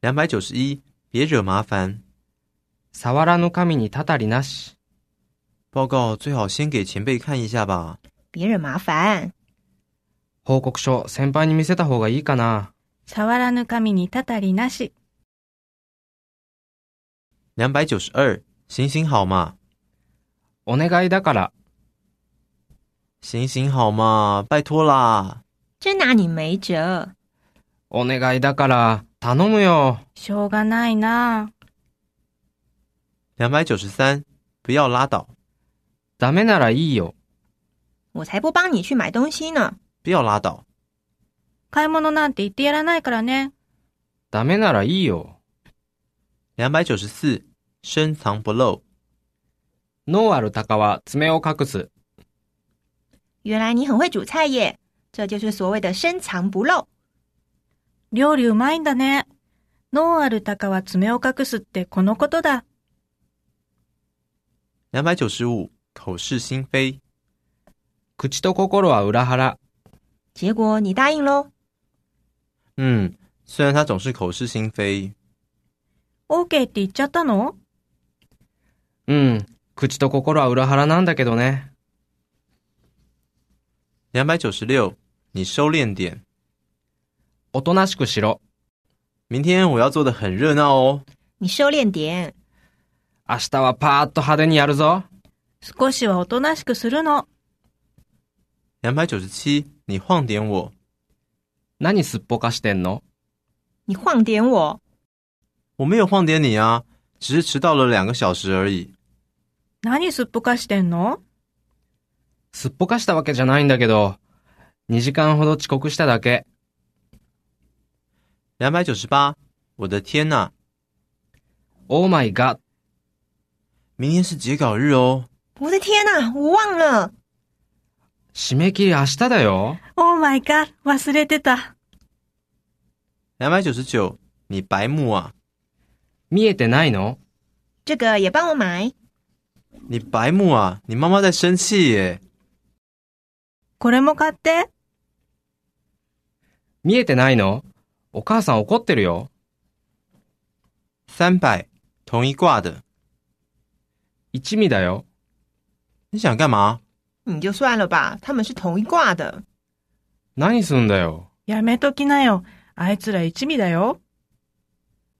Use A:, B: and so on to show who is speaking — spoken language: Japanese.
A: 两百九十一，别惹麻烦。
B: サワラの神にたたりなし。
A: 报告最好先给前辈看一下吧。
C: 别惹麻烦。
B: 報告書、先輩に見せた方がいいかな。
D: 触らぬ神にたたりなし。
A: 两百九十二，行行好嘛，
B: お願いだから。
A: 行行好嘛，拜托啦。
C: 真拿你没辙。
B: お願いだから、頼むよ。
D: しょうがないなあ。
A: 两百九十三，不要拉倒，
B: ダメならいいよ。
C: 我才不帮你去买东西呢。
A: 不要拉倒，
D: 買い物なんて言ってやらないからね。
B: ダメならいいよ。
A: 两百九十四，深藏不露。
B: 脳ある鷹は爪を隠す。
C: 原来你很会煮菜耶，这就是所谓的深藏不露。
D: 料理うまいんだね。脳ある鷹は爪を隠すってこのことだ。
A: 两百九十五，口是心非。
B: 口と心は裏腹。
C: 结果你答应喽。
A: 嗯，虽然他总是口是心非，
D: OK って言っちゃったの
B: うん。口と心は裏腹なんだけどね。
A: 两百九十六，你收敛点。
B: おとなしくしろ。
A: 明天我要做的很热闹哦。
C: 你收敛点。
B: 明日はパーッと派手にやるぞ。
D: 少しはおとなしくするの。
A: 两百九十七，你晃点我。
B: 何すっぽかしてんの
C: 你晃点我。
A: 我没有晃点你啊，只是迟到了两个小时而已。
D: 何すっぽかしてんの
B: すっぽかしたわけじゃないんだけど、2時間ほど遅刻しただけ。
A: 两百九十八，我的天呐，
B: オーマイガ
A: 明天是截稿日哦。
C: 我的天呐，我忘了。
B: 締め切り明日だよ。
D: オーマイガー、忘れてた。
A: 两百九十九，你白目啊，
B: 見えてないの
C: 这个也帮我买。
A: 你白目啊，你妈妈在生气耶。
D: これも買って。
B: 見えてないのお母さん怒ってるよ。
A: 三百，同一挂的，
B: 一味だよ。
A: 你想干嘛？
C: 你就算了吧，他们是同一挂的。
B: 何すんだよ。
D: やめときなよ。あいつら一味だよ。